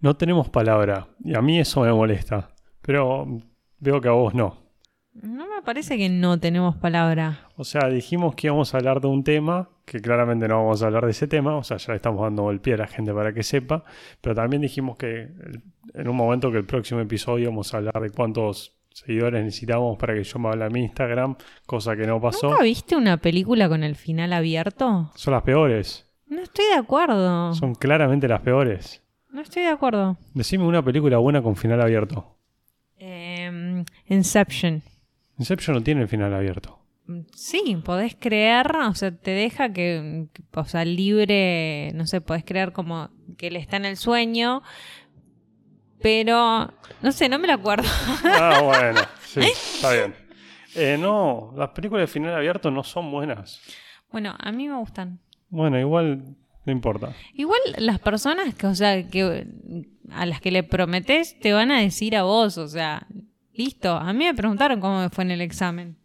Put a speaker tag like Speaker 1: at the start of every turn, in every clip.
Speaker 1: No tenemos palabra. Y a mí eso me molesta. Pero veo que a vos no.
Speaker 2: No me parece que no tenemos palabra.
Speaker 1: O sea, dijimos que íbamos a hablar de un tema, que claramente no vamos a hablar de ese tema, o sea, ya le estamos dando el pie a la gente para que sepa, pero también dijimos que el- en un momento que el próximo episodio íbamos a hablar de cuántos seguidores necesitamos para que yo me hable a mi Instagram, cosa que no pasó.
Speaker 2: ¿Nunca viste una película con el final abierto?
Speaker 1: Son las peores,
Speaker 2: No estoy de acuerdo.
Speaker 1: son claramente las peores.
Speaker 2: No estoy de acuerdo.
Speaker 1: Decime una película buena con final abierto.
Speaker 2: Em, Inception.
Speaker 1: Inception no tiene el final abierto.
Speaker 2: Sí, podés creer, o sea, te deja que, que- o sea, libre, no sé, podés creer como que él está en el sueño, pero, no sé, no me lo acuerdo.
Speaker 1: Ah, bueno, sí, está bien. Eh, no, las películas de final abierto no son buenas.
Speaker 2: Bueno, a mí me gustan.
Speaker 1: Bueno, igual no importa.
Speaker 2: Igual las personas que, o sea, que a las que le prometés te van a decir a vos, o sea, listo. A mí me preguntaron cómo me fue en el examen.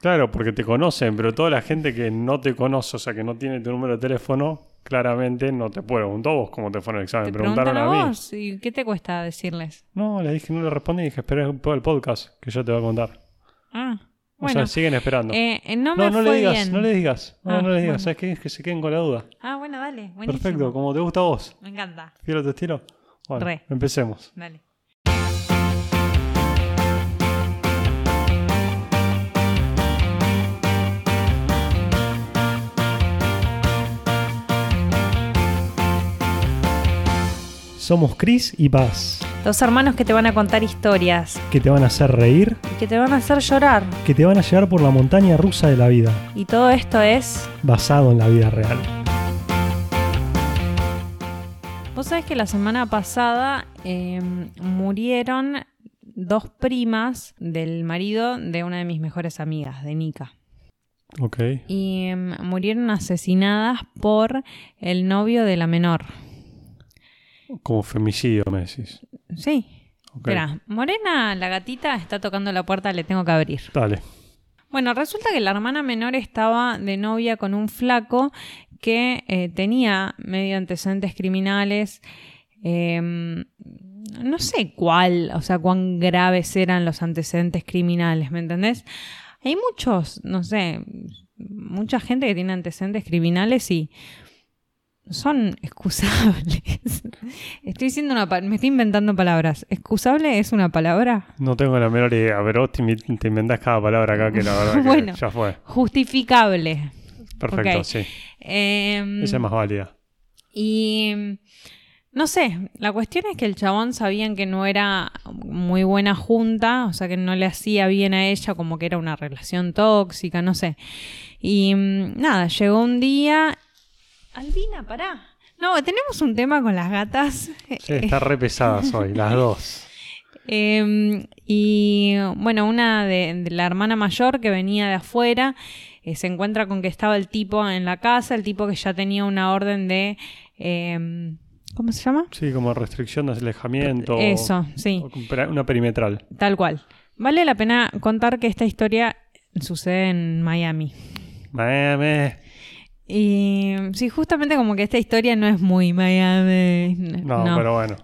Speaker 1: Claro, porque te conocen, pero toda la gente que no te conoce, o sea, que no tiene tu número de teléfono, claramente no te preguntó a vos cómo te fue en el examen.
Speaker 2: Te
Speaker 1: Ah, Me preguntaron
Speaker 2: preguntan a
Speaker 1: a mí.
Speaker 2: vos y ¿qué te cuesta decirles?
Speaker 1: No, le dije, no le respondí, dije, espera un poco el podcast, que yo te voy a contar.
Speaker 2: Ah,
Speaker 1: o sea,
Speaker 2: bueno.
Speaker 1: siguen esperando.
Speaker 2: eh, eh, no me
Speaker 1: no, no le
Speaker 2: fue
Speaker 1: digas,
Speaker 2: bien.
Speaker 1: no le digas, no,
Speaker 2: Ah,
Speaker 1: no le digas,
Speaker 2: bueno.
Speaker 1: ¿sabes qué? Es que se queden con la duda.
Speaker 2: Ah, bueno, dale, buenísimo.
Speaker 1: Perfecto, como te gusta a vos,
Speaker 2: Me encanta.
Speaker 1: fiel a tu estilo. Bueno,
Speaker 2: Re.
Speaker 1: empecemos.
Speaker 2: Dale.
Speaker 1: Somos Chris y Paz,
Speaker 2: Dos hermanos que te van a contar historias
Speaker 1: que te van a hacer reír,
Speaker 2: y que te van a hacer llorar.
Speaker 1: que te van a llevar por la montaña rusa de la vida.
Speaker 2: Y todo esto es.
Speaker 1: basado en la vida real.
Speaker 2: Vos sabés que la semana pasada eh, murieron dos primas del marido de una de mis mejores amigas, de Nika.
Speaker 1: Ok.
Speaker 2: Y eh, murieron asesinadas por el novio de la menor.
Speaker 1: Como femicidio, me decís.
Speaker 2: Sí.
Speaker 1: Ok.
Speaker 2: Esperá, Morena, la gatita, está tocando la puerta, le tengo que abrir.
Speaker 1: Dale.
Speaker 2: Bueno, resulta que la hermana menor estaba de novia con un flaco que eh, tenía medio antecedentes criminales. eh, no sé cuál, o sea, cuán graves eran los antecedentes criminales, ¿me entendés? Hay muchos, no sé, mucha gente que tiene antecedentes criminales y son excusables. Estoy diciendo una, pa- me estoy inventando palabras. ¿Excusable es una palabra?
Speaker 1: No tengo la menor idea, pero vos te, invi- te inventás cada palabra acá que la verdad que
Speaker 2: Bueno.
Speaker 1: ya fue.
Speaker 2: Justificable.
Speaker 1: Perfecto,
Speaker 2: Ok.
Speaker 1: sí.
Speaker 2: Em,
Speaker 1: Esa es más válida.
Speaker 2: Y mm, no sé, la cuestión es que el chabón sabían que no era muy buena junta, o sea que no le hacía bien a ella, como que era una relación tóxica, no sé. Y mm, nada, llegó un día. Albina, pará. No, tenemos un tema con las gatas.
Speaker 1: Sí, están re pesadas hoy, las dos.
Speaker 2: Eh, y bueno, una de, de la hermana mayor que venía de afuera eh, se encuentra con que estaba el tipo en la casa, el tipo que ya tenía una orden de. eh, ¿Cómo se llama?
Speaker 1: Sí, como restricción de alejamiento.
Speaker 2: Eso, sí,
Speaker 1: o con pera- Una perimetral.
Speaker 2: tal cual. Vale la pena contar que esta historia sucede en Miami.
Speaker 1: Miami.
Speaker 2: Y sí, justamente como que esta historia no es muy Miami.
Speaker 1: No, pero bueno.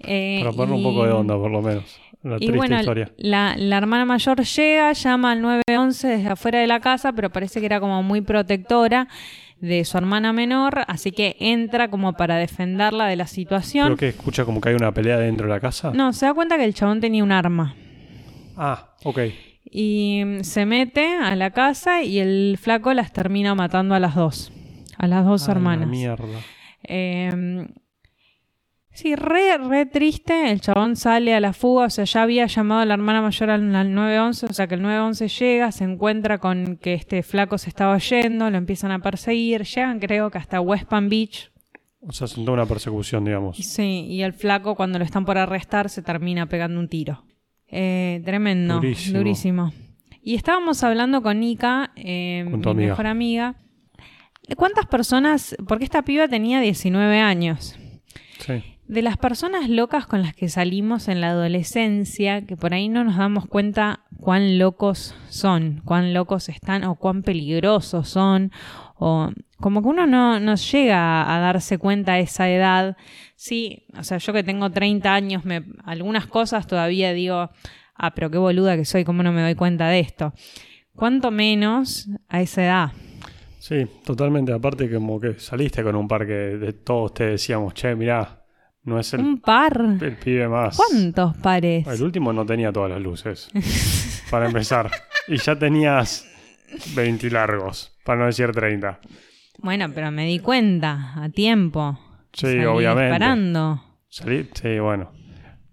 Speaker 2: Eh,
Speaker 1: Para poner un
Speaker 2: y-
Speaker 1: poco de onda, por lo menos. La
Speaker 2: Y
Speaker 1: triste
Speaker 2: bueno,
Speaker 1: historia.
Speaker 2: La, la hermana mayor llega, llama al 911 desde afuera de la casa, pero parece que era como muy protectora de su hermana menor, así que entra como para defenderla de la situación.
Speaker 1: Creo que escucha como que hay una pelea dentro de la casa.
Speaker 2: No, se da cuenta que el chabón tenía un arma.
Speaker 1: Ah, ok.
Speaker 2: Y mm, se mete a la casa y el flaco las termina matando a las dos. A las dos
Speaker 1: Ah, la
Speaker 2: hermanas.
Speaker 1: Mierda.
Speaker 2: Eh, sí, re, re triste. El chabón sale a la fuga. O sea, ya había llamado a la hermana mayor al, al 911. O sea, que el 911 llega, se encuentra con que este flaco se estaba yendo, lo empiezan a perseguir. Llegan, creo que hasta West Palm Beach.
Speaker 1: O sea, sentó una persecución, digamos.
Speaker 2: Sí, y el flaco, cuando lo están por arrestar, se termina pegando un tiro. Eh, tremendo.
Speaker 1: Durísimo.
Speaker 2: Durísimo. Y estábamos hablando con Nika, eh,
Speaker 1: Con tu
Speaker 2: mi
Speaker 1: amiga.
Speaker 2: mejor amiga. ¿Cuántas personas? Porque esta piba tenía 19 años.
Speaker 1: Sí.
Speaker 2: De las personas locas con las que salimos en la adolescencia, que por ahí no nos damos cuenta cuán locos son, cuán locos están o cuán peligrosos son. O como que uno no, no llega a darse cuenta a esa edad. Sí, o sea, yo que tengo 30 años, me, algunas cosas todavía digo, ah, pero qué boluda que soy, cómo no me doy cuenta de esto. Cuanto menos a esa edad.
Speaker 1: Sí, totalmente. Aparte, como que saliste con un par que de todos te decíamos, che, mirá, no es el,
Speaker 2: Un par.
Speaker 1: el pibe más.
Speaker 2: ¿Cuántos pares?
Speaker 1: El último no tenía todas las luces, para empezar. Y ya tenías 20 largos, para no decir 30.
Speaker 2: Bueno, pero me di cuenta a tiempo.
Speaker 1: Sí,
Speaker 2: Salí
Speaker 1: obviamente.
Speaker 2: Disparando.
Speaker 1: Salí, sí, bueno,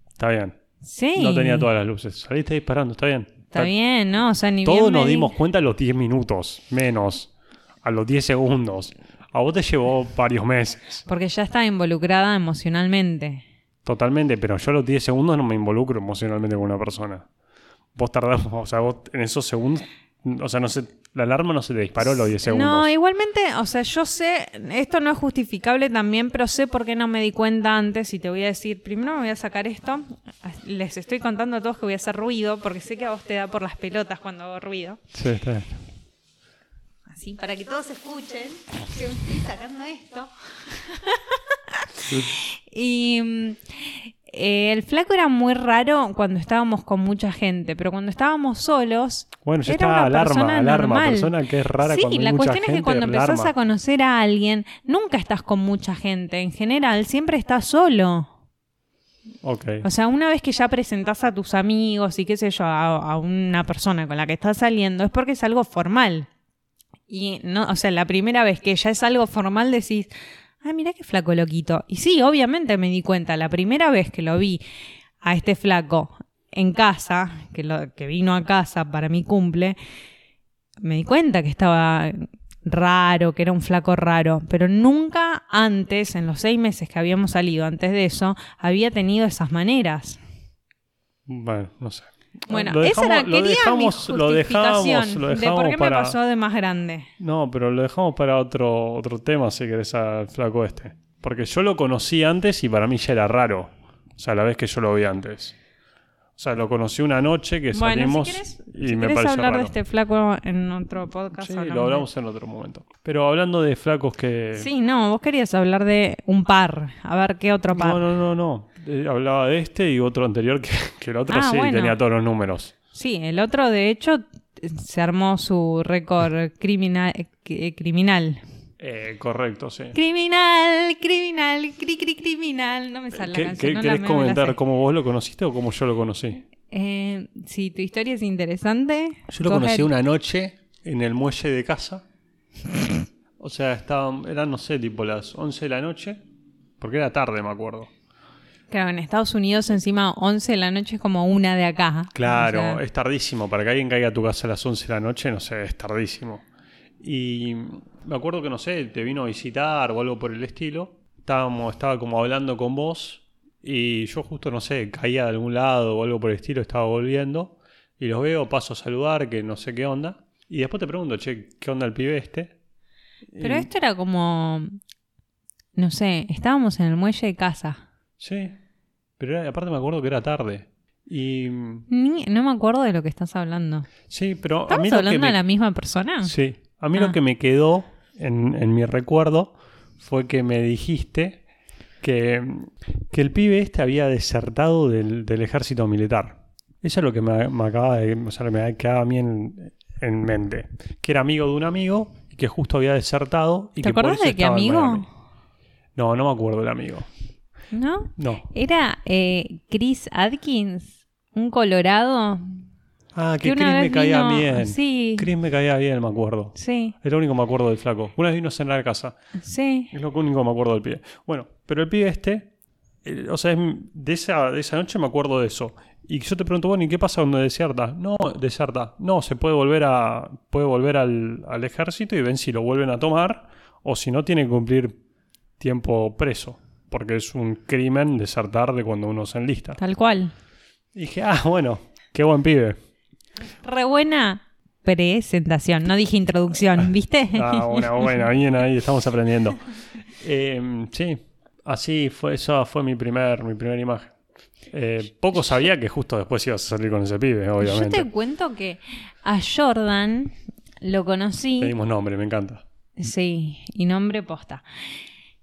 Speaker 1: está bien.
Speaker 2: Sí.
Speaker 1: No tenía todas las luces. Saliste disparando, está bien.
Speaker 2: Está bien, ¿no? O sea, ni
Speaker 1: Todos
Speaker 2: bien me
Speaker 1: nos
Speaker 2: di-
Speaker 1: dimos cuenta a los 10 minutos, menos, a los 10 segundos. A vos te llevó varios meses,
Speaker 2: Porque ya estaba involucrada emocionalmente.
Speaker 1: totalmente, pero yo a los 10 segundos no me involucro emocionalmente con una persona. Vos tardás, o sea, vos en esos segundos, o sea, no sé, la alarma no se te disparó a los 10 segundos.
Speaker 2: No, igualmente, o sea, yo sé, esto no es justificable también, pero sé por qué no me di cuenta antes y te voy a decir, primero me voy a sacar esto, les estoy contando a todos que voy a hacer ruido, porque sé que a vos te da por las pelotas cuando hago ruido.
Speaker 1: Sí, está bien.
Speaker 2: Así, para que todos escuchen que me estoy sacando esto. y mm, eh, el flaco era muy raro cuando estábamos con mucha gente, pero cuando estábamos solos.
Speaker 1: Bueno, ya
Speaker 2: era
Speaker 1: estaba
Speaker 2: una
Speaker 1: alarma,
Speaker 2: persona
Speaker 1: alarma,
Speaker 2: normal.
Speaker 1: persona que es rara
Speaker 2: Sí,
Speaker 1: cuando hay
Speaker 2: la
Speaker 1: mucha
Speaker 2: cuestión es
Speaker 1: gente,
Speaker 2: que cuando empezás
Speaker 1: alarma.
Speaker 2: a conocer a alguien, nunca estás con mucha gente. En general, siempre estás solo.
Speaker 1: Ok.
Speaker 2: O sea, una vez que ya presentás a tus amigos y qué sé yo, a, a una persona con la que estás saliendo, es porque es algo formal. Y no, o sea, la primera vez que ya es algo formal decís, ah, mirá qué flaco loquito. Y sí, obviamente me di cuenta, la primera vez que lo vi a este flaco en casa, que, lo, que vino a casa para mi cumple, me di cuenta que estaba raro, que era un flaco raro, pero nunca antes, en los seis meses que habíamos salido antes de eso, había tenido esas maneras.
Speaker 1: Bueno, no sé.
Speaker 2: Bueno,
Speaker 1: Lo
Speaker 2: esa era
Speaker 1: dejamos- lo
Speaker 2: quería
Speaker 1: dejamos-
Speaker 2: mi
Speaker 1: lo dejamos,
Speaker 2: justificación
Speaker 1: lo
Speaker 2: de por
Speaker 1: dejamos
Speaker 2: qué
Speaker 1: para-
Speaker 2: me pasó de más grande.
Speaker 1: No, pero lo dejamos para otro, otro tema, si querés, al flaco este. Porque yo lo conocí antes y para mí ya era raro. O sea, la vez que yo lo vi antes. O sea, lo conocí una noche que
Speaker 2: Bueno,
Speaker 1: salimos
Speaker 2: si querés,
Speaker 1: y
Speaker 2: si
Speaker 1: me
Speaker 2: querés
Speaker 1: pareció
Speaker 2: hablar
Speaker 1: raro.
Speaker 2: de este flaco en otro podcast.
Speaker 1: Sí, lo
Speaker 2: hablamos de-
Speaker 1: hablamos eh. en otro momento. Pero hablando de flacos que...
Speaker 2: Sí, no, vos querías hablar de un par, a ver qué otro par.
Speaker 1: No, no, no, no. Eh, hablaba de este y otro anterior que, que el otro
Speaker 2: Ah,
Speaker 1: sí
Speaker 2: bueno.
Speaker 1: tenía todos los números.
Speaker 2: Sí, el otro de hecho se armó su récord criminal, eh, criminal.
Speaker 1: Eh, correcto, sí.
Speaker 2: Criminal, criminal, cri, cri, criminal. No me sale
Speaker 1: ¿Qué-
Speaker 2: la canción.
Speaker 1: qué-
Speaker 2: no la-
Speaker 1: ¿Querés
Speaker 2: me- me la
Speaker 1: comentar
Speaker 2: sé.
Speaker 1: cómo vos lo conociste o cómo yo lo conocí?
Speaker 2: Eh, si tu historia es interesante.
Speaker 1: Yo lo
Speaker 2: go
Speaker 1: conocí
Speaker 2: ahead.
Speaker 1: una noche en el muelle de casa. O sea, estaban, eran, no sé, tipo las 11 de la noche. Porque era tarde, me acuerdo.
Speaker 2: Claro, en Estados Unidos encima 11 de la noche es como una de acá.
Speaker 1: Claro,
Speaker 2: O sea,
Speaker 1: es tardísimo. Para que alguien caiga a tu casa a las 11 de la noche, no sé, es tardísimo. Y me acuerdo que, no sé, te vino a visitar o algo por el estilo. Estábamos, estaba como hablando con vos y yo justo, no sé, caía de algún lado o algo por el estilo, estaba volviendo y los veo, paso a saludar, que no sé qué onda. Y después te pregunto, che, ¿qué onda el pibe este?
Speaker 2: Pero este?
Speaker 1: Y-
Speaker 2: esto era como. No sé, estábamos en el muelle de casa.
Speaker 1: Sí, pero era- aparte me acuerdo que era tarde. Y
Speaker 2: Ni- no me acuerdo de lo que estás hablando.
Speaker 1: sí, pero a mí lo
Speaker 2: ¿Estamos
Speaker 1: que
Speaker 2: hablando
Speaker 1: me-
Speaker 2: de la misma persona?
Speaker 1: Sí. A mí
Speaker 2: Ah.
Speaker 1: lo que me quedó en, en mi recuerdo fue que me dijiste que, que el pibe este había desertado del, del ejército militar. Eso es lo que me, me acaba de. O sea, me quedaba a mí en, en mente. Que era amigo de un amigo y que justo había desertado. Y
Speaker 2: ¿Te
Speaker 1: que por
Speaker 2: acordás
Speaker 1: eso
Speaker 2: de qué
Speaker 1: estaba en
Speaker 2: amigo?
Speaker 1: Miami. No, no me acuerdo del amigo.
Speaker 2: ¿No?
Speaker 1: No.
Speaker 2: Era eh, Chris Adkins, un colorado.
Speaker 1: Ah, que,
Speaker 2: que una
Speaker 1: Chris me
Speaker 2: vez
Speaker 1: caía
Speaker 2: vino-
Speaker 1: bien.
Speaker 2: Sí.
Speaker 1: Chris me caía bien, me acuerdo.
Speaker 2: Sí,
Speaker 1: Es lo único que me acuerdo del flaco. Una vez vino a cenar a casa.
Speaker 2: sí.
Speaker 1: Es lo único que me acuerdo del pibe. Bueno, pero el pibe este, eh, o sea, es m- de esa, de esa noche me acuerdo de eso. Y yo te pregunto, bueno, ¿y qué pasa cuando deserta? No, deserta. No, se puede volver a puede volver al, al ejército y ven si lo vuelven a tomar o si no tiene que cumplir tiempo preso. Porque es un crimen desertar de cuando uno se enlista.
Speaker 2: Tal cual.
Speaker 1: Y dije, ah, bueno, qué buen pibe.
Speaker 2: Re buena presentación. No dije introducción, ¿viste?
Speaker 1: Ah, bueno, bueno, bien ahí, estamos aprendiendo. Em, Eh, sí, así fue, esa fue mi primer, mi primera imagen. Eh, poco sabía que justo después ibas a salir con ese pibe,
Speaker 2: Yo
Speaker 1: obviamente.
Speaker 2: te cuento que a Jordan lo conocí.
Speaker 1: Pedimos nombre, me encanta.
Speaker 2: Sí, y nombre posta.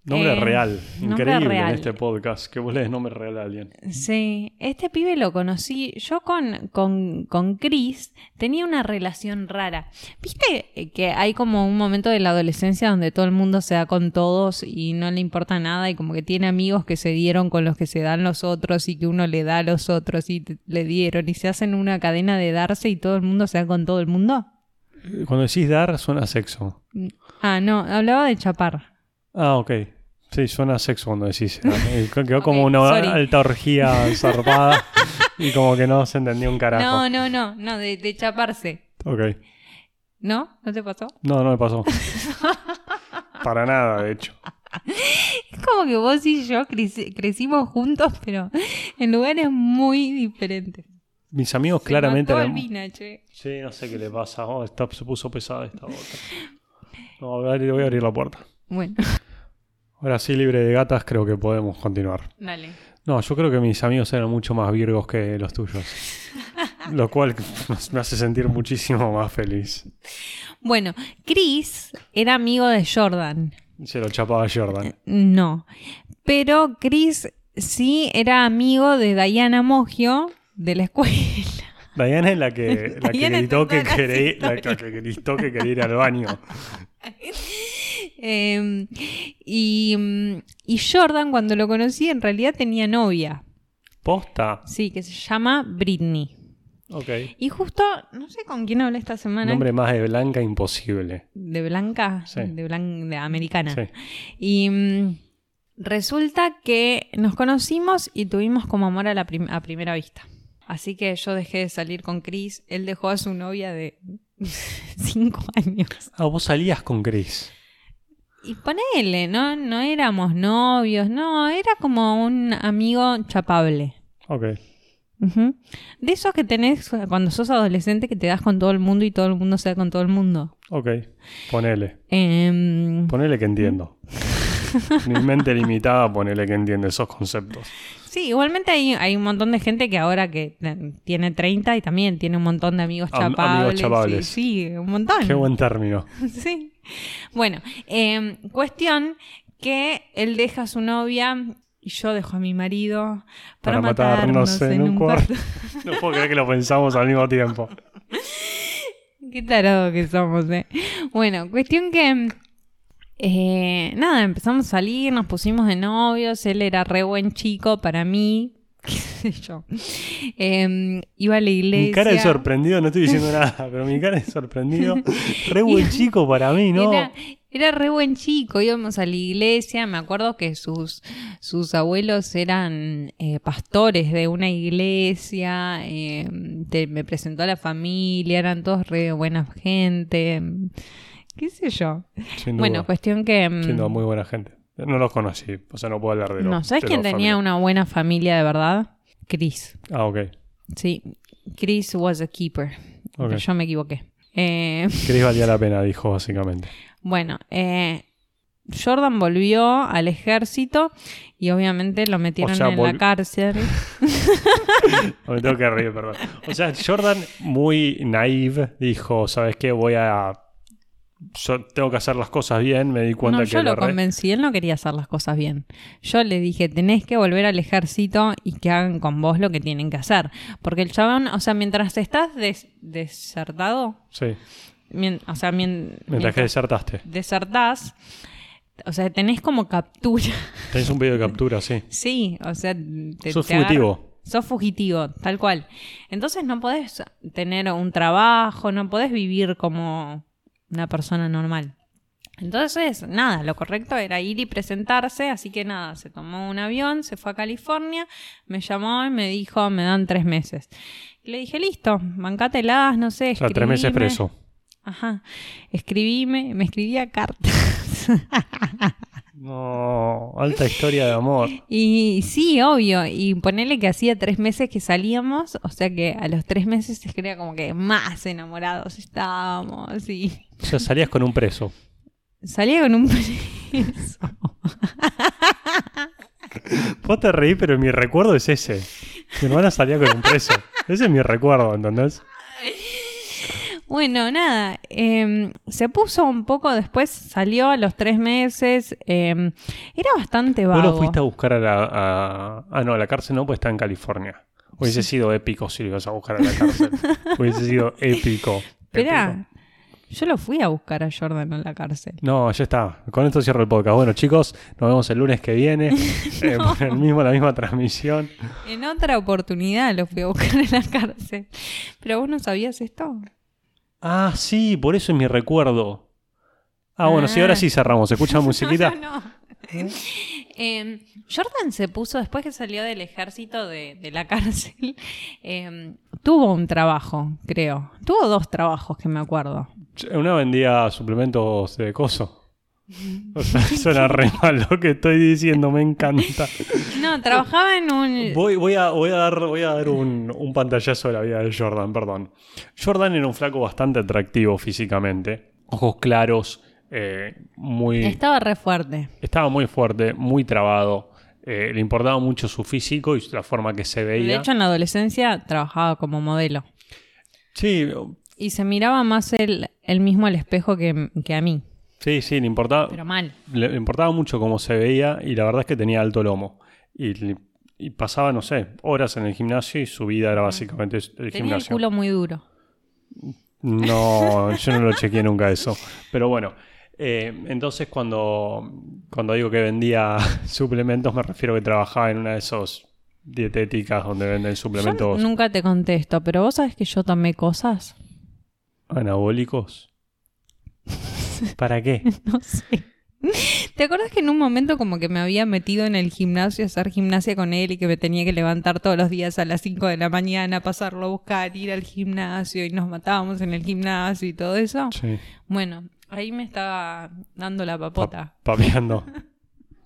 Speaker 1: Nombre
Speaker 2: Eh,
Speaker 1: real,
Speaker 2: nombre
Speaker 1: increíble
Speaker 2: real.
Speaker 1: en este podcast, que vos lees nombre real a alguien.
Speaker 2: Sí, este pibe lo conocí. Yo con, con, con Chris tenía una relación rara. ¿Viste que hay como un momento de la adolescencia donde todo el mundo se da con todos y no le importa nada y como que tiene amigos que se dieron con los que se dan los otros y que uno le da a los otros y te- le dieron y se hacen una cadena de darse y todo el mundo se da con todo el mundo?
Speaker 1: Eh, Cuando decís dar, suena a sexo.
Speaker 2: Ah, no, hablaba de chapar.
Speaker 1: Ah, ok. Sí, suena a sexo cuando decís. dar. Eh, Quedó como
Speaker 2: Ok,
Speaker 1: una
Speaker 2: sorry.
Speaker 1: alta orgía zarpada y como que no se entendió un carajo.
Speaker 2: No, no, no, no, de, de chaparse.
Speaker 1: Ok.
Speaker 2: ¿No? ¿No te pasó?
Speaker 1: No, no me pasó. Para nada, de hecho.
Speaker 2: Es como que vos y yo creci- crecimos juntos, pero en lugares muy diferentes.
Speaker 1: Mis amigos
Speaker 2: Se
Speaker 1: claramente
Speaker 2: mató
Speaker 1: eran-
Speaker 2: Albina, che.
Speaker 1: Sí, no sé qué le pasa. Oh, está- se puso pesada esta bota. No, a ver, le voy a abrir la puerta.
Speaker 2: Bueno,
Speaker 1: Ahora sí, libre de gatas, creo que podemos continuar.
Speaker 2: dale.
Speaker 1: No, yo creo que mis amigos eran mucho más virgos que los tuyos. Lo cual me hace sentir muchísimo más feliz.
Speaker 2: Bueno, Chris era amigo de Jordan.
Speaker 1: Se lo chapaba Jordan.
Speaker 2: No. Pero Chris sí era amigo de Diana Moggio de la escuela.
Speaker 1: Diana es la que, la que
Speaker 2: Diana
Speaker 1: gritó
Speaker 2: está
Speaker 1: que
Speaker 2: en todas las
Speaker 1: quería, la que gritó que quería ir al baño.
Speaker 2: Eh, y, mm, y Jordan, cuando lo conocí, en realidad tenía novia.
Speaker 1: Posta.
Speaker 2: Sí, que se llama Britney.
Speaker 1: Ok.
Speaker 2: Y justo, no sé con quién hablé esta semana.
Speaker 1: Nombre más de blanca imposible.
Speaker 2: De blanca,
Speaker 1: Sí.
Speaker 2: de, blan- de americana.
Speaker 1: Sí.
Speaker 2: Y mm, resulta que nos conocimos y tuvimos como amor a, la prim- a primera vista. Así que yo dejé de salir con Chris. Él dejó a su novia de cinco años.
Speaker 1: Ah, vos salías con Chris.
Speaker 2: Y ponele, ¿no? No éramos novios, no, era como un amigo chapable.
Speaker 1: Ok.
Speaker 2: Ujú. De esos que tenés cuando sos adolescente que te das con todo el mundo y todo el mundo se da con todo el mundo.
Speaker 1: Ok. Ponele.
Speaker 2: Em,
Speaker 1: Ponele que entiendo. Mi mente limitada, ponele que entiende esos conceptos.
Speaker 2: Sí, igualmente hay, hay un montón de gente que ahora que t- tiene 30 y también tiene un montón de amigos
Speaker 1: Am- amigos
Speaker 2: chapables. sí,
Speaker 1: chapables.
Speaker 2: Sí, un montón.
Speaker 1: Qué buen término.
Speaker 2: Sí. Bueno, eh, cuestión que él deja a su novia y yo dejo a mi marido
Speaker 1: Para,
Speaker 2: para,
Speaker 1: matarnos, en, un cuarto. No puedo creer que lo pensamos al mismo tiempo.
Speaker 2: Qué tarado que somos, eh. Bueno, cuestión que. eh, nada, empezamos a salir, nos pusimos de novios, él era re buen chico para mí. ¿Qué sé yo? Em, iba a la iglesia.
Speaker 1: Mi cara de sorprendido, no estoy diciendo nada, pero mi cara de sorprendido. Re buen chico para mí, ¿no?
Speaker 2: Era, era re buen chico, íbamos a la iglesia, me acuerdo que sus, sus abuelos eran eh, pastores de una iglesia, eh, te- me presentó a la familia, eran todos re buena gente, em, qué sé yo.
Speaker 1: Sin duda.
Speaker 2: Bueno, cuestión que... mm,
Speaker 1: Siendo muy buena gente. No los conocí, o sea, no puedo hablar de los
Speaker 2: no, ¿sabes quién tenía una buena familia de verdad? Chris.
Speaker 1: una? Ah, ok.
Speaker 2: Sí, Chris was a keeper.
Speaker 1: Ok.
Speaker 2: Pero yo me equivoqué. Eh,
Speaker 1: Chris valía la pena, dijo básicamente.
Speaker 2: Bueno, eh, Jordan volvió al ejército y obviamente lo metieron
Speaker 1: sea,
Speaker 2: en
Speaker 1: volvi-
Speaker 2: la cárcel.
Speaker 1: No, Me tengo que reír, perdón. O sea, Jordan, muy naive, dijo: ¿Sabes qué? Voy a. Yo tengo que hacer las cosas bien. Me di cuenta
Speaker 2: No,
Speaker 1: que
Speaker 2: yo lo
Speaker 1: re-
Speaker 2: convencí, él no quería hacer las cosas bien. Yo le dije, tenés que volver al ejército y que hagan con vos lo que tienen que hacer. Porque el chabón, o sea, mientras estás des- desertado,
Speaker 1: Sí,
Speaker 2: mien- o sea, mien-
Speaker 1: mientras que
Speaker 2: mientras
Speaker 1: desertaste.
Speaker 2: desertás, o sea, tenés como captura.
Speaker 1: Tenés un video de captura, sí.
Speaker 2: Sí, o sea, te,
Speaker 1: Sos
Speaker 2: te agarra-
Speaker 1: fugitivo.
Speaker 2: Sos fugitivo, tal cual. Entonces no podés tener un trabajo, no podés vivir como una persona normal. Entonces, nada, lo correcto era ir y presentarse, así que nada, se tomó un avión, se fue a California, me llamó y me dijo, me dan tres meses. Y le dije, listo, bancatelas, no sé,
Speaker 1: O sea, tres meses
Speaker 2: escribime".
Speaker 1: preso.
Speaker 2: Ajá, escribime, me escribía cartas.
Speaker 1: No, alta historia de amor.
Speaker 2: Y sí, obvio. Y ponerle que hacía tres meses que salíamos, o sea que a los tres meses se creía como que más enamorados estábamos. Y
Speaker 1: O sea, salías con un preso.
Speaker 2: salía con un preso.
Speaker 1: Vos te reí, pero mi recuerdo es ese. Mi hermana salía con un preso. Ese es mi recuerdo, ¿entendés?
Speaker 2: Bueno, nada, eh, se puso un poco después, salió a los tres meses, eh, era bastante
Speaker 1: Vos
Speaker 2: vago.
Speaker 1: lo fuiste a buscar a la. a- Ah, no, a la cárcel no, pues está en California. Hubiese sido épico si lo ibas a buscar a la cárcel. Hubiese sido épico. épico.
Speaker 2: Esperá, yo lo fui a buscar a Jordan en la cárcel.
Speaker 1: No, ya está. Con esto cierro el podcast. Bueno, chicos, nos vemos el lunes que viene. eh, por el mismo, la misma transmisión.
Speaker 2: En otra oportunidad lo fui a buscar en la cárcel. Pero vos no sabías esto.
Speaker 1: Ah, sí, por eso es mi recuerdo. Ah, bueno, sí, ahora sí cerramos. ¿Escuchan musiquita?
Speaker 2: No, no, no. Eh, Jordan se puso, después que salió del ejército de, de la cárcel, eh, tuvo un trabajo, creo. Tuvo dos trabajos que me acuerdo.
Speaker 1: Una vendía suplementos de coso. O sea, suena re mal lo que estoy diciendo, me encanta.
Speaker 2: No, trabajaba en un...
Speaker 1: Voy, voy a, voy a dar, voy a dar un, un pantallazo de la vida de Jordan, perdón. Jordan era un flaco bastante atractivo físicamente. Ojos claros, eh, muy,
Speaker 2: Estaba re fuerte.
Speaker 1: estaba muy fuerte, muy trabado. Eh, le importaba mucho su físico y la forma que se
Speaker 2: De
Speaker 1: veía.
Speaker 2: hecho, en la adolescencia trabajaba como modelo.
Speaker 1: Sí,
Speaker 2: Y se miraba más el, el mismo al espejo que, que a mí.
Speaker 1: sí, sí, le importaba.
Speaker 2: Pero mal.
Speaker 1: le le importaba mucho cómo se veía y la verdad es que tenía alto lomo. Y, le- y pasaba, no sé, horas en el gimnasio y su vida era básicamente el
Speaker 2: Ah. Tenía el
Speaker 1: gimnasio.
Speaker 2: culo muy duro.
Speaker 1: No, yo no lo chequeé nunca eso. Pero bueno, eh, entonces cuando, cuando digo que vendía suplementos me refiero que trabajaba en una de esas dietéticas donde venden
Speaker 2: Yo
Speaker 1: suplementos
Speaker 2: nunca te contesto, pero vos sabés que yo tomé cosas.
Speaker 1: anabólicos. ¿Para qué?
Speaker 2: No sé. ¿Te acuerdas que en un momento como que me había metido en el gimnasio a hacer gimnasia con él y que me tenía que levantar todos los días a las 5 de la mañana, pasarlo a buscar, ir al gimnasio y nos matábamos en el gimnasio y todo eso?
Speaker 1: Sí,
Speaker 2: Bueno, ahí me estaba dando la
Speaker 1: pa-
Speaker 2: papota.
Speaker 1: papeando.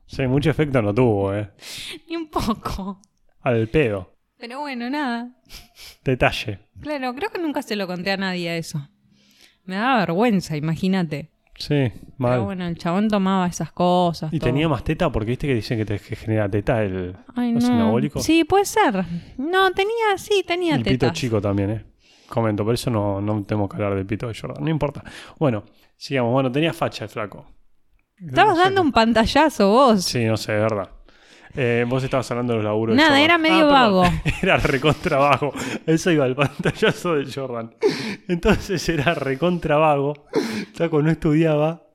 Speaker 1: Sí, mucho efecto no tuvo, ¿eh?
Speaker 2: Ni un poco.
Speaker 1: Al pedo.
Speaker 2: Pero bueno, nada.
Speaker 1: Detalle.
Speaker 2: Claro, creo que nunca se lo conté a nadie eso. Me daba vergüenza, imagínate.
Speaker 1: Sí, mal.
Speaker 2: Pero bueno, el chabón tomaba esas cosas.
Speaker 1: y
Speaker 2: todo.
Speaker 1: tenía más teta porque viste que dicen que te que genera teta el,
Speaker 2: Ay,
Speaker 1: los
Speaker 2: no.
Speaker 1: anabólicos.
Speaker 2: Sí, puede ser. No, tenía, sí, tenía
Speaker 1: El pito
Speaker 2: tetas.
Speaker 1: chico también, ¿eh? Comento, por eso no, no tenemos que hablar del pito de Jordan. No importa. Bueno, sigamos. Bueno, tenía facha el flaco.
Speaker 2: Estabas
Speaker 1: No sé
Speaker 2: dando
Speaker 1: qué-
Speaker 2: un pantallazo vos.
Speaker 1: Sí, no sé, es verdad. Eh, vos estabas hablando de los laburos de
Speaker 2: Nada,
Speaker 1: Jordan.
Speaker 2: era medio
Speaker 1: perdón.
Speaker 2: vago.
Speaker 1: Era recontra vago. Eso iba al pantallazo de Jordan. Entonces era recontra vago. El flaco no estudiaba,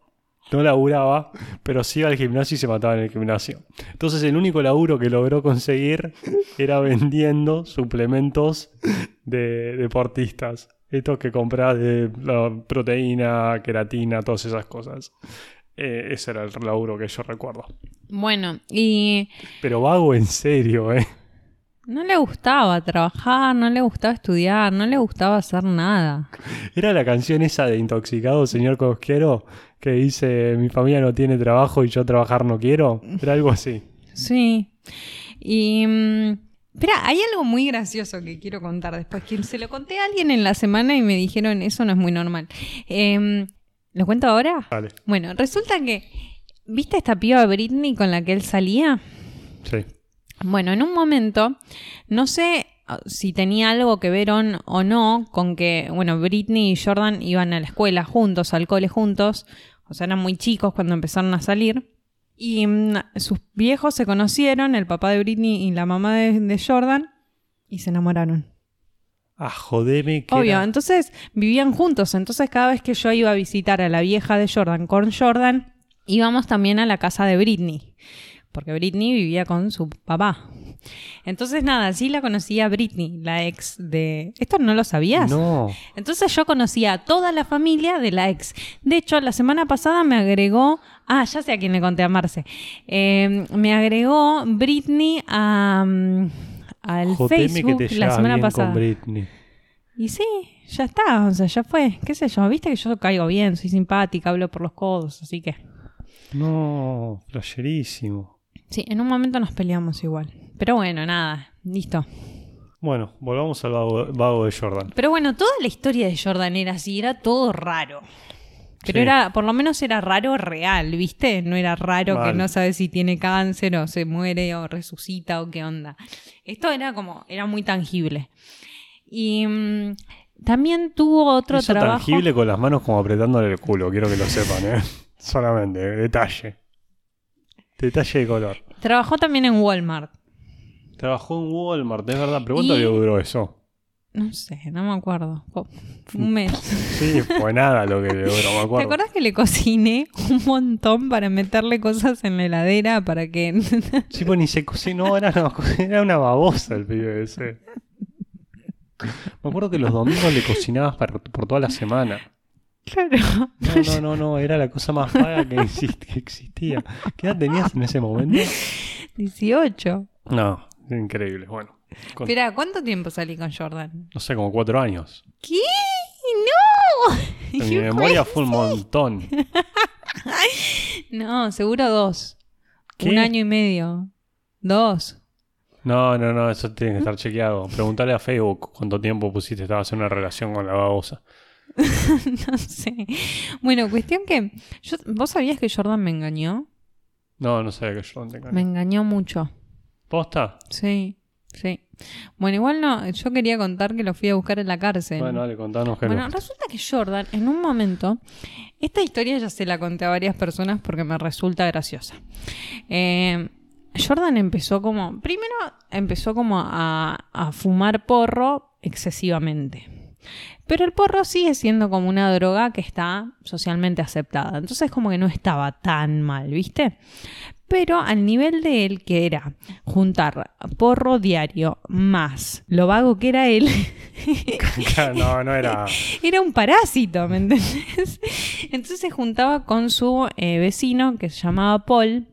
Speaker 1: no laburaba, pero sí iba al gimnasio y se mataba en el gimnasio. Entonces el único laburo que logró conseguir era vendiendo suplementos de deportistas. Estos que compraba de la proteína, queratina, todas esas cosas. Eh, ese era el laburo que yo recuerdo.
Speaker 2: Bueno, y
Speaker 1: Pero vago en serio, ¿eh?
Speaker 2: no le gustaba trabajar, no le gustaba estudiar, no le gustaba hacer nada.
Speaker 1: Era la canción esa de Intoxicado, señor Cosquero, que dice, mi familia no tiene trabajo y yo trabajar no quiero. Era algo así.
Speaker 2: Sí. Y. mm, Espera, hay algo muy gracioso que quiero contar después, que se lo conté a alguien en la semana y me dijeron, eso no es muy normal. Em, ¿Lo cuento ahora?
Speaker 1: Vale,
Speaker 2: Bueno, resulta que, ¿viste esta piba Britney con la que él salía?
Speaker 1: sí.
Speaker 2: Bueno, en un momento, no sé ah, si tenía algo que ver on- o no con que, bueno, Britney y Jordan iban a la escuela juntos, al cole juntos, o sea, eran muy chicos cuando empezaron a salir. Y mm, sus viejos se conocieron, el papá de Britney y la mamá de, de Jordan, y se enamoraron.
Speaker 1: Ah, jodeme que
Speaker 2: Obvio,
Speaker 1: era-
Speaker 2: entonces vivían juntos, entonces cada vez que yo iba a visitar a la vieja de Jordan con Jordan, íbamos también a la casa de Britney, porque Britney vivía con su papá. Entonces nada, sí la conocía Britney, la ex de... Esto no lo sabías.
Speaker 1: No.
Speaker 2: Entonces yo conocía a toda la familia de la ex. De hecho, la semana pasada me agregó, ah, ya sé a quién le conté a Marce, Eh, me agregó Britney a, mm, al
Speaker 1: Jodeme
Speaker 2: Facebook
Speaker 1: que te
Speaker 2: la
Speaker 1: llevas
Speaker 2: semana
Speaker 1: bien
Speaker 2: pasada.
Speaker 1: con Britney.
Speaker 2: Y sí, ya está, o sea, ya fue, qué sé yo, viste que yo caigo bien, soy simpática, hablo por los codos, así que...
Speaker 1: No, playerísimo.
Speaker 2: Sí, en un momento nos peleamos igual. Pero bueno, nada, listo.
Speaker 1: Bueno, volvamos al vago, vago de Jordan.
Speaker 2: Pero bueno, toda la historia de Jordan era así, era todo raro. Pero
Speaker 1: Sí.
Speaker 2: era, por lo menos era raro real, ¿viste? No era raro
Speaker 1: Mal.
Speaker 2: que no sabes si tiene cáncer o se muere o resucita o qué onda. Esto era como, era muy tangible. Y mm, también tuvo otro
Speaker 1: Hizo
Speaker 2: trabajo.
Speaker 1: tangible con las manos como apretándole el culo, quiero que lo sepan, ¿eh? Solamente, eh, detalle. Detalle de color.
Speaker 2: Trabajó también en Walmart.
Speaker 1: Trabajó en Walmart, es verdad, pero
Speaker 2: Y-
Speaker 1: ¿cuánto le duró eso?
Speaker 2: No sé, no me acuerdo. Fue fue un mes.
Speaker 1: Sí, fue nada lo que le duró, me
Speaker 2: ¿Te
Speaker 1: Mm, acuerdo.
Speaker 2: acuerdas que le cociné un montón para meterle cosas en la heladera para que
Speaker 1: Sí, pues ni se cocinó, era una, era una babosa el pibe ese. Me acuerdo que los domingos le cocinabas para- por toda la semana.
Speaker 2: Claro.
Speaker 1: No, no, no, no, era la cosa más vaga que, exist- que existía. ¿Qué edad tenías en ese momento?
Speaker 2: 18.
Speaker 1: No, increíble, bueno. con-
Speaker 2: Espera, ¿cuánto tiempo salí con Jordan?
Speaker 1: no sé, como cuatro años.
Speaker 2: ¿Qué? ¡No!
Speaker 1: En mi
Speaker 2: You
Speaker 1: memoria fue un montón.
Speaker 2: crazy. No, seguro dos.
Speaker 1: ¿Qué?
Speaker 2: Un año y medio. Dos.
Speaker 1: No, no, no, eso tiene que estar chequeado. Preguntale a Facebook cuánto tiempo pusiste, estabas en una relación con la babosa.
Speaker 2: No sé. Bueno, cuestión que. yo- ¿Vos sabías que Jordan me engañó?
Speaker 1: No, no sabía que yo no tenga.
Speaker 2: Me engañó mucho.
Speaker 1: ¿Posta?
Speaker 2: Sí, sí. Bueno, igual no, yo quería contar que lo fui a buscar en la cárcel.
Speaker 1: Bueno, dale, contanos que
Speaker 2: Bueno, resulta que Jordan, en un momento, esta historia ya se la conté a varias personas porque me resulta graciosa. Eh, Jordan empezó como, primero empezó como a, a fumar porro excesivamente. Pero el porro sigue siendo como una droga que está socialmente aceptada. Entonces como que no estaba tan mal, ¿viste? Pero al nivel de él que era juntar porro diario más lo vago que era él,
Speaker 1: No, no era.
Speaker 2: era un parásito, ¿me entendés? Entonces se juntaba con su eh, vecino que se llamaba Paul,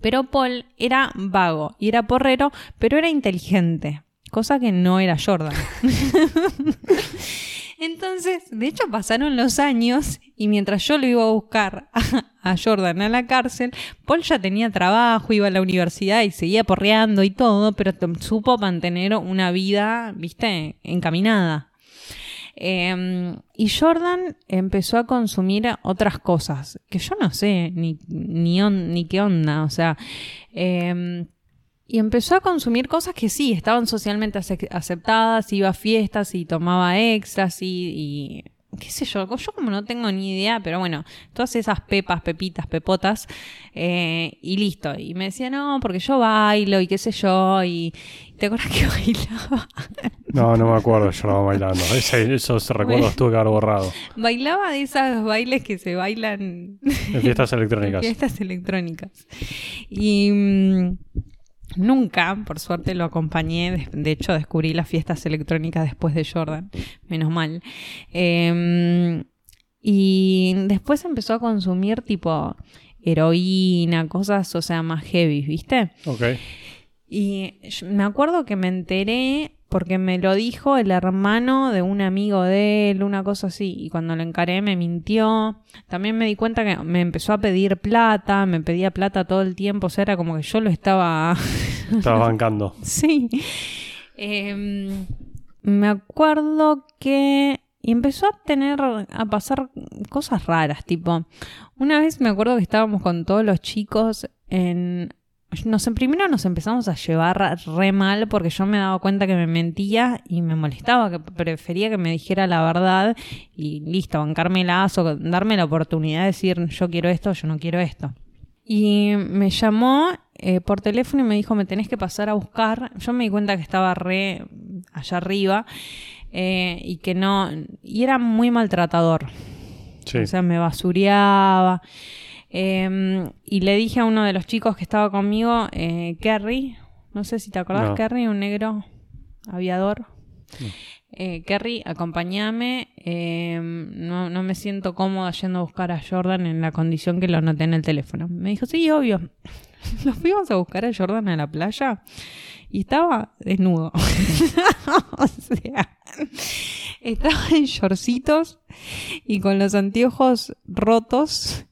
Speaker 2: pero Paul era vago y era porrero, pero era inteligente, cosa que no era Jordan. Entonces, de hecho, pasaron los años y mientras yo lo iba a buscar a, a Jordan a la cárcel, Paul ya tenía trabajo, iba a la universidad y seguía porreando y todo, pero t- supo mantener una vida, viste, encaminada. Eh, y Jordan empezó a consumir otras cosas, que yo no sé ni, ni, on- ni qué onda, o sea... eh, y empezó a consumir cosas que sí, estaban socialmente ace- aceptadas, iba a fiestas y tomaba éxtasis y qué sé yo, yo como no tengo ni idea, pero bueno, todas esas pepas, pepitas, pepotas, eh, y listo. Y me decía, no, porque yo bailo y qué sé yo, y ¿te acuerdas que bailaba?
Speaker 1: No, no me acuerdo, yo lo bailando. Ese, esos recuerdos tuve que haber borrado.
Speaker 2: Bailaba de esos bailes que se bailan
Speaker 1: En fiestas electrónicas.
Speaker 2: Fiestas electrónicas. Y mm, nunca, por suerte, lo acompañé. De- De hecho, descubrí las fiestas electrónicas después de Jordan. Menos mal. Eh, y después empezó a consumir tipo heroína, cosas, o sea, más heavy, ¿viste?
Speaker 1: Ok.
Speaker 2: Y yo- me acuerdo que me enteré porque me lo dijo el hermano de un amigo de él, una cosa así. Y cuando lo encaré me mintió. También me di cuenta que me empezó a pedir plata, me pedía plata todo el tiempo. O sea, era como que yo lo estaba...
Speaker 1: Estabas bancando.
Speaker 2: sí. Em, me acuerdo que... Y empezó a tener, a pasar cosas raras, tipo, una vez me acuerdo que estábamos con todos los chicos en... Nos, primero nos empezamos a llevar re mal porque yo me daba cuenta que me mentía y me molestaba, que prefería que me dijera la verdad y listo, bancármela o darme la oportunidad de decir yo quiero esto, yo no quiero esto. Y me llamó eh, por teléfono y me dijo, me tenés que pasar a buscar. Yo me di cuenta que estaba re allá arriba eh, y que no... Y era muy maltratador.
Speaker 1: Sí.
Speaker 2: O sea, me basureaba. Eh, y le dije a uno de los chicos que estaba conmigo, eh, Kerry, no sé si te acordás,
Speaker 1: No.
Speaker 2: Kerry, un negro aviador.
Speaker 1: No.
Speaker 2: Eh, Kerry, acompáñame. eh, no, no me siento cómoda yendo a buscar a Jordan en la condición que lo noté en el teléfono. Me dijo, sí, obvio. Lo fuimos a buscar a Jordan a la playa y estaba desnudo. o sea, estaba en shortcitos y con los anteojos rotos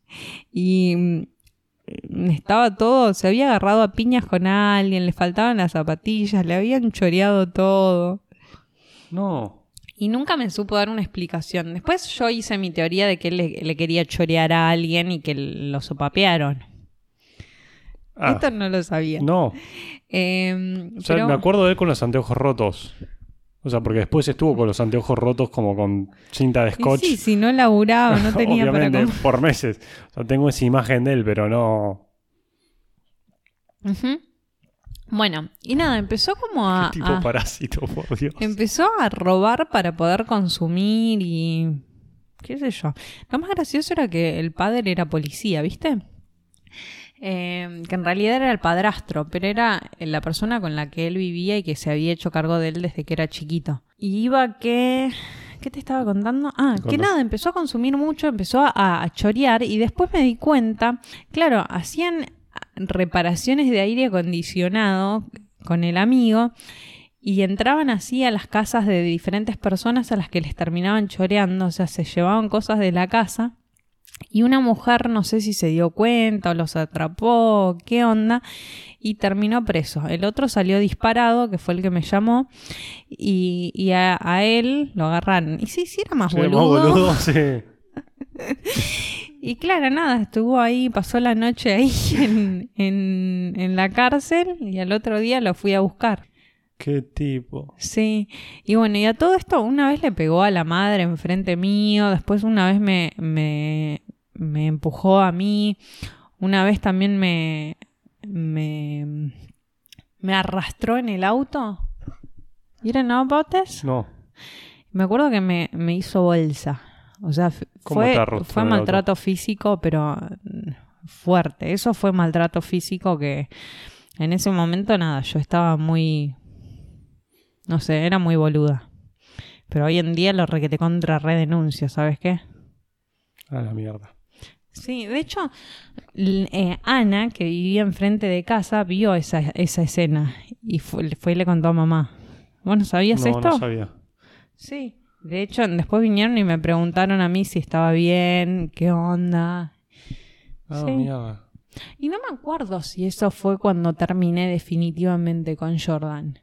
Speaker 2: y mm, estaba todo, se había agarrado a piñas con alguien, le faltaban las zapatillas, le habían choreado todo.
Speaker 1: No.
Speaker 2: Y nunca me supo dar una explicación. Después yo hice mi teoría de que él le, le quería chorear a alguien y que lo sopapearon.
Speaker 1: Ah,
Speaker 2: Esto no lo sabía.
Speaker 1: no.
Speaker 2: Eh,
Speaker 1: O sea,
Speaker 2: pero-
Speaker 1: me acuerdo de él con los anteojos rotos. O sea, porque después estuvo con los anteojos rotos como con cinta de
Speaker 2: Y
Speaker 1: scotch.
Speaker 2: Sí, si no laburaba, no tenía para
Speaker 1: obviamente,
Speaker 2: comer.
Speaker 1: por meses. O sea, tengo esa imagen de él, pero no.
Speaker 2: Ujú. Bueno, y nada, empezó como a...
Speaker 1: tipo
Speaker 2: a-
Speaker 1: parásito, por Dios.
Speaker 2: Empezó a robar para poder consumir y. qué sé yo. Lo más gracioso era que el padre era policía, ¿viste? Eh, que en realidad era el padrastro, pero era la persona con la que él vivía y que se había hecho cargo de él desde que era chiquito. Y iba que. ¿Qué te estaba contando? Ah,
Speaker 1: Con
Speaker 2: que
Speaker 1: los-
Speaker 2: nada, empezó a consumir mucho, empezó a, a chorear y después me di cuenta, claro, hacían reparaciones de aire acondicionado con el amigo y entraban así a las casas de diferentes personas a las que les terminaban choreando, o sea, se llevaban cosas de la casa. Y una mujer, no sé si se dio cuenta o los atrapó, qué onda, y terminó preso. El otro salió disparado, que fue el que me llamó, y, y a, a él lo agarraron. Y sí, sí, era más
Speaker 1: Sí, más
Speaker 2: boludo.
Speaker 1: boludo, sí.
Speaker 2: Y claro, nada, estuvo ahí, pasó la noche ahí en, en- en la cárcel y al otro día lo fui a buscar.
Speaker 1: Qué tipo.
Speaker 2: Sí, y bueno, y a todo esto una vez le pegó a la madre enfrente mío, después una vez me, me, me empujó a mí, una vez también me, me, me arrastró en el auto. ¿Y no botes?
Speaker 1: No.
Speaker 2: Me acuerdo que me, me hizo bolsa. O sea, f-
Speaker 1: ¿Cómo te
Speaker 2: fue,
Speaker 1: arrastró
Speaker 2: fue
Speaker 1: en el auto?
Speaker 2: maltrato físico, pero mm, fuerte. Eso fue maltrato físico que en ese momento nada, yo estaba muy. No sé, era muy boluda. Pero hoy en día lo requete contra redenuncio, ¿sabes qué?
Speaker 1: A la mierda.
Speaker 2: Sí, de hecho, l- eh, Ana, que vivía enfrente de casa, vio esa, esa escena y fue, fue y le contó a mamá. ¿Vos no sabías
Speaker 1: no,
Speaker 2: esto?
Speaker 1: no sabía.
Speaker 2: Sí. De hecho, después vinieron y me preguntaron a mí si estaba bien, qué onda.
Speaker 1: Ah,
Speaker 2: Sí.
Speaker 1: mierda.
Speaker 2: Y no me acuerdo si eso fue cuando terminé definitivamente con Jordan.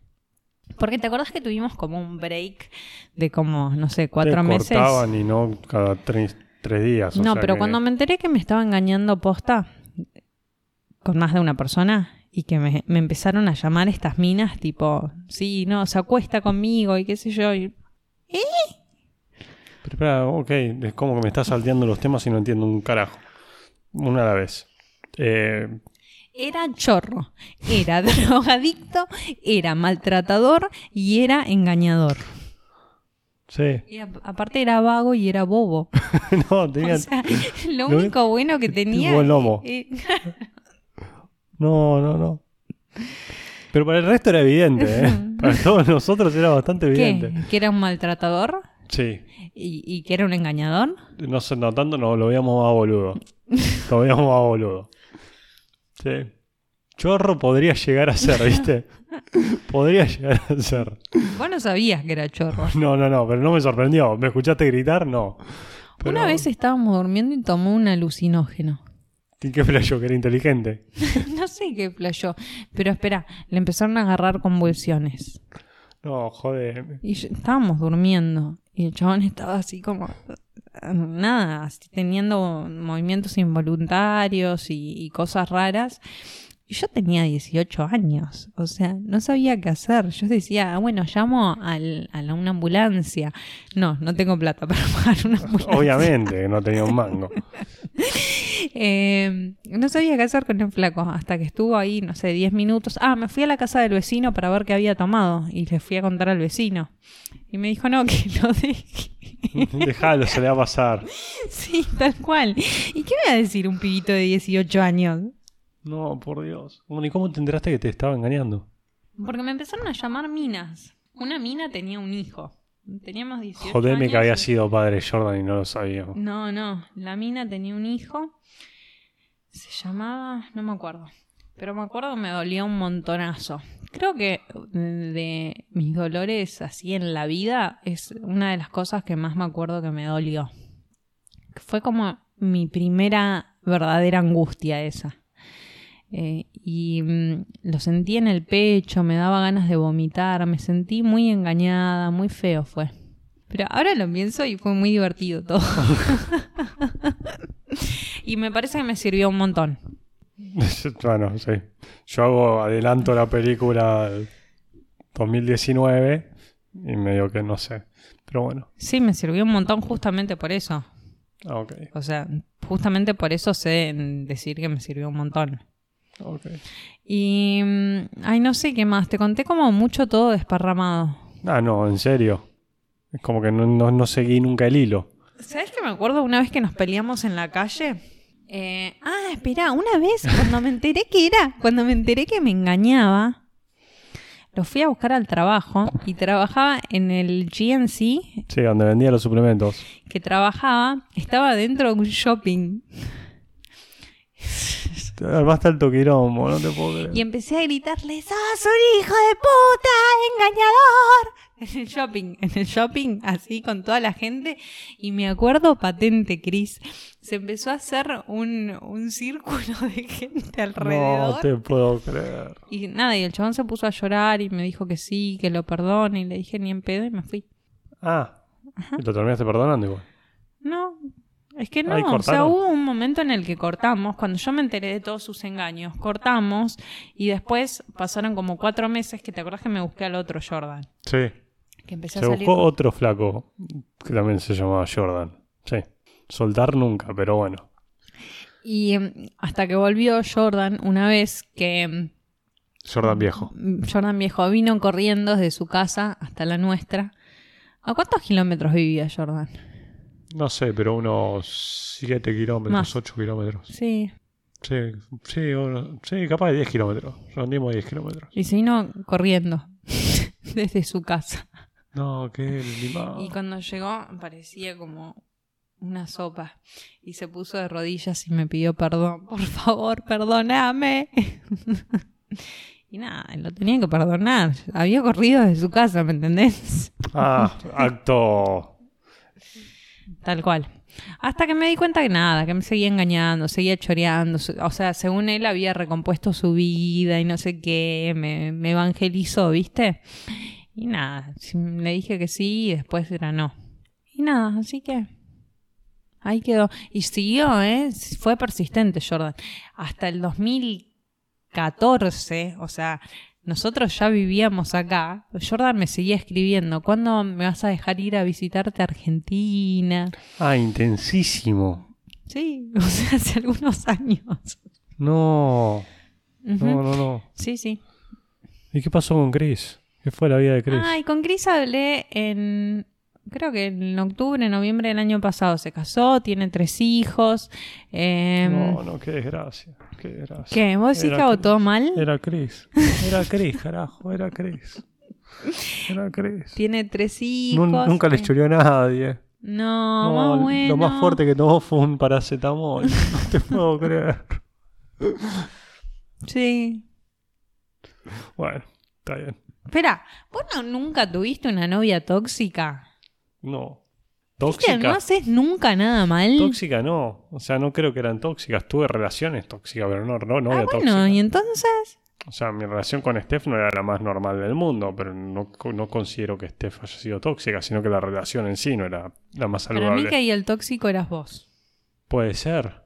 Speaker 2: Porque te acordás que tuvimos como un break de como, no sé, cuatro
Speaker 1: Te
Speaker 2: meses.
Speaker 1: cortaban y no cada tres, tres días. o
Speaker 2: No,
Speaker 1: sea
Speaker 2: pero
Speaker 1: que-
Speaker 2: cuando me enteré que me estaba engañando posta con más de una persona y que me, me empezaron a llamar estas minas tipo, sí, no, se acuesta conmigo y qué sé yo. y-
Speaker 1: Pero espera, ok, es como que me está salteando los temas y no entiendo un carajo. Una a la vez. Eh,
Speaker 2: Era chorro, era drogadicto, era maltratador y era engañador.
Speaker 1: sí.
Speaker 2: Y a- aparte era vago y era bobo.
Speaker 1: no,
Speaker 2: O
Speaker 1: tenía.
Speaker 2: sea, lo
Speaker 1: lo-
Speaker 2: único bueno que tenía...
Speaker 1: Tipo lomo.
Speaker 2: eh,
Speaker 1: No, no, no. Pero para el resto era evidente, ¿eh? Para todos nosotros era bastante
Speaker 2: ¿Qué?
Speaker 1: evidente.
Speaker 2: ¿Que era un maltratador?
Speaker 1: Sí.
Speaker 2: ¿Y, y que era un engañador?
Speaker 1: No, sé, no tanto, no, lo veíamos más boludo. Lo veíamos más boludo. Sí. Chorro podría llegar a ser, ¿viste? Podría llegar a ser.
Speaker 2: Vos no sabías que era chorro.
Speaker 1: No, no, no, pero no me sorprendió. ¿Me escuchaste gritar? No. Pero-
Speaker 2: Una vez estábamos durmiendo y tomó un alucinógeno.
Speaker 1: ¿Y qué flasheó? Que era inteligente.
Speaker 2: no sé qué flayó, pero espera, le empezaron a agarrar convulsiones.
Speaker 1: No, joder.
Speaker 2: Y yo- estábamos durmiendo. Y el chabón estaba así como. Nada, así teniendo movimientos involuntarios y, y cosas raras. Y yo tenía 18 años. O sea, no sabía qué hacer. Yo decía, ah, bueno, llamo al- a la- una ambulancia. No, no tengo plata para pagar una ambulancia.
Speaker 1: Obviamente, no tenía un mango.
Speaker 2: Eh, no sabía qué hacer con el flaco hasta que estuvo ahí, no sé, 10 minutos. Ah, me fui a la casa del vecino para ver qué había tomado y le fui a contar al vecino. Y me dijo, no, que lo deje.
Speaker 1: Dejalo, se le va a pasar.
Speaker 2: Sí, tal cual. ¿Y qué voy a decir un pibito de 18 años?
Speaker 1: No, por Dios. Bueno, ¿y cómo te enteraste que te estaba engañando?
Speaker 2: Porque me empezaron a llamar minas. Una mina tenía un hijo. Teníamos 18
Speaker 1: Jodeme
Speaker 2: años Mm.
Speaker 1: que había
Speaker 2: y-
Speaker 1: sido padre Jordan y no lo sabíamos.
Speaker 2: No, no. La mina tenía un hijo. Se llamaba. No me acuerdo. Pero me acuerdo que me dolía un montonazo. Creo que de mis dolores así en la vida es una de las cosas que más me acuerdo que me dolió. Fue como mi primera verdadera angustia esa. Eh, y mm, lo sentí en el pecho, me daba ganas de vomitar, me sentí muy engañada, muy feo fue. Pero ahora lo pienso y fue muy divertido todo. y me parece que me sirvió un montón.
Speaker 1: bueno, sí. Yo hago, adelanto la película 2019 y medio que no sé. Pero bueno,
Speaker 2: Sí, me sirvió un montón justamente por eso.
Speaker 1: ah, ok,
Speaker 2: O sea, justamente por eso sé en decir que me sirvió un montón.
Speaker 1: ok.
Speaker 2: Y. mm, Ay, no sé qué más. Te conté como mucho todo desparramado.
Speaker 1: Ah, no, en serio. Es como que no, no, no seguí nunca el hilo.
Speaker 2: ¿Sabes que me acuerdo una vez que nos peleamos en la calle? Eh, ah, espera, una vez cuando me enteré que era, cuando me enteré que me engañaba, lo fui a buscar al trabajo y trabajaba en el GNC,
Speaker 1: Sí, donde vendía los suplementos.
Speaker 2: que trabajaba, estaba dentro de un shopping
Speaker 1: Basta el toquiromo, no te puedo creer.
Speaker 2: y empecé a gritarle, ¡Sos un hijo de puta, engañador! En el shopping, en el shopping, así con toda la gente. Y me acuerdo patente, Cris, se empezó a hacer un, un círculo de gente
Speaker 1: No
Speaker 2: alrededor.
Speaker 1: te puedo creer.
Speaker 2: Y nada, y el chabón se puso a llorar y me dijo que sí, que lo perdone. Y le dije ni en pedo y me fui.
Speaker 1: Ah, y lo terminaste perdonando igual.
Speaker 2: No, es que no.
Speaker 1: Ahí
Speaker 2: o sea,
Speaker 1: cortaron.
Speaker 2: hubo un momento en el que cortamos, cuando yo me enteré de todos sus engaños, cortamos y después pasaron como cuatro meses que te acordás que me busqué al otro Jordan.
Speaker 1: Sí.
Speaker 2: Que
Speaker 1: Se
Speaker 2: empecé a salir.
Speaker 1: buscó otro flaco que también se llamaba Jordan. Sí. Soltar nunca, pero bueno.
Speaker 2: Y em, hasta que volvió Jordan una vez que em,
Speaker 1: Jordan viejo.
Speaker 2: Jordan viejo vino corriendo desde su casa hasta la nuestra. ¿A cuántos kilómetros vivía Jordan?
Speaker 1: No sé, pero unos 7 kilómetros,
Speaker 2: Más.
Speaker 1: 8 kilómetros.
Speaker 2: Sí.
Speaker 1: Sí, sí, uno- sí, capaz de 10 kilómetros. Rondimos 10 kilómetros.
Speaker 2: Y se vino corriendo desde su casa.
Speaker 1: No, qué limado.
Speaker 2: Y cuando llegó parecía como una sopa. Y se puso de rodillas y me pidió perdón. Por favor, perdóname. y nada, lo tenía que perdonar. Había corrido de su casa, ¿me entendés?
Speaker 1: Ah, acto.
Speaker 2: Tal cual. Hasta que me di cuenta que nada, que me seguía engañando, seguía choreando. se- O sea, según él había recompuesto su vida y no sé qué, me, me evangelizó, ¿viste? Y nada, si- le dije que sí y después era no. Y nada, así que ahí quedó. Y siguió, ¿eh? Fue persistente Jordan. Hasta el 2014, o sea, nosotros ya vivíamos acá. Jordan me seguía escribiendo, ¿cuándo me vas a dejar ir a visitarte a Argentina?
Speaker 1: Ah, intensísimo.
Speaker 2: Sí, o sea, hace algunos años.
Speaker 1: No,
Speaker 2: Ujú.
Speaker 1: no, no, no.
Speaker 2: Sí, sí.
Speaker 1: ¿Y qué pasó con Chris? ¿Qué fue la vida de Chris?
Speaker 2: Ay, con Cris hablé en. Creo que en octubre, noviembre del año pasado se casó, tiene tres hijos. em,
Speaker 1: no, no, qué desgracia. Qué desgracia.
Speaker 2: ¿Qué? ¿Vos decís
Speaker 1: Era
Speaker 2: que hago
Speaker 1: Chris.
Speaker 2: todo mal?
Speaker 1: Era Chris. Era Chris, carajo, era Chris. Era Chris.
Speaker 2: Tiene tres hijos.
Speaker 1: Nun- nunca le
Speaker 2: eh,
Speaker 1: choreó a nadie.
Speaker 2: No,
Speaker 1: No,
Speaker 2: más bueno.
Speaker 1: Lo más fuerte que tomó fue un paracetamol. No te puedo creer.
Speaker 2: Sí.
Speaker 1: Bueno, está bien.
Speaker 2: Espera, ¿vos no- nunca tuviste una novia tóxica?
Speaker 1: No.
Speaker 2: ¿Viste? No
Speaker 1: Tóxica.
Speaker 2: haces nunca nada mal.
Speaker 1: Tóxica no. O sea, no creo que eran tóxicas. Tuve relaciones tóxicas, pero no, no, no
Speaker 2: Ah,
Speaker 1: era
Speaker 2: bueno,
Speaker 1: tóxica.
Speaker 2: y entonces.
Speaker 1: O sea, mi relación con Steph no era la más normal del mundo, pero no, co- no considero que Steph haya sido tóxica, sino que la relación en sí no era la más
Speaker 2: Para mí
Speaker 1: saludable.
Speaker 2: que ahí el tóxico eras vos.
Speaker 1: Puede ser.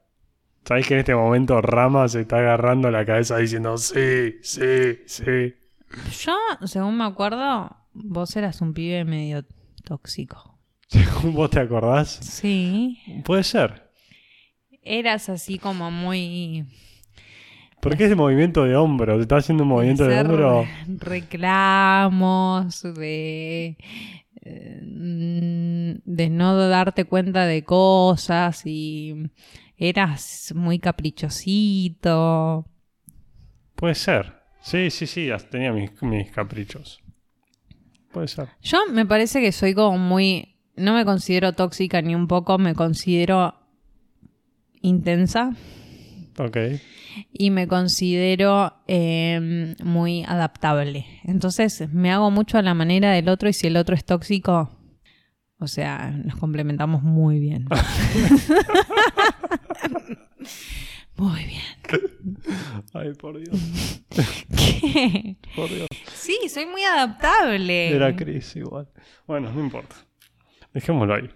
Speaker 1: Sabéis que en este momento Rama se está agarrando la cabeza diciendo sí, sí, sí.
Speaker 2: Yo, según me acuerdo, vos eras un pibe medio tóxico.
Speaker 1: Según vos te acordás.
Speaker 2: Sí.
Speaker 1: Puede ser.
Speaker 2: Eras así como muy.
Speaker 1: Porque es de movimiento de hombro. Te está haciendo un movimiento de
Speaker 2: hacer
Speaker 1: hombro.
Speaker 2: Reclamos, de. eh, mm, de no darte cuenta de cosas y. eras muy caprichosito.
Speaker 1: Puede ser. Sí, sí, sí. as- Tenía mis, mis caprichos. Puede ser.
Speaker 2: Yo me parece que soy como muy. No me considero tóxica ni un poco, me considero intensa.
Speaker 1: Ok.
Speaker 2: y me considero eh, muy adaptable. Entonces me hago mucho a la manera del otro y si el otro es tóxico, o sea, nos complementamos muy bien. muy bien.
Speaker 1: Ay, por Dios.
Speaker 2: ¿Qué?
Speaker 1: Por Dios.
Speaker 2: Sí, soy muy adaptable.
Speaker 1: Era Chris igual. Bueno, no importa. Dejémoslo ahí.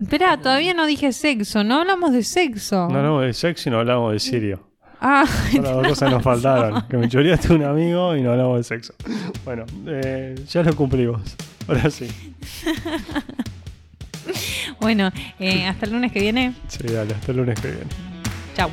Speaker 2: Espera, todavía no dije sexo, no hablamos de sexo.
Speaker 1: No, no, de sexo y no hablamos de Sirio.
Speaker 2: Ah,
Speaker 1: Las dos cosas nos faltaron. Que me choreaste un amigo y no hablamos de sexo. Bueno, eh, ya lo cumplimos. Ahora sí.
Speaker 2: bueno, eh, hasta el lunes que viene.
Speaker 1: Sí, dale, hasta el lunes que viene.
Speaker 2: Chau.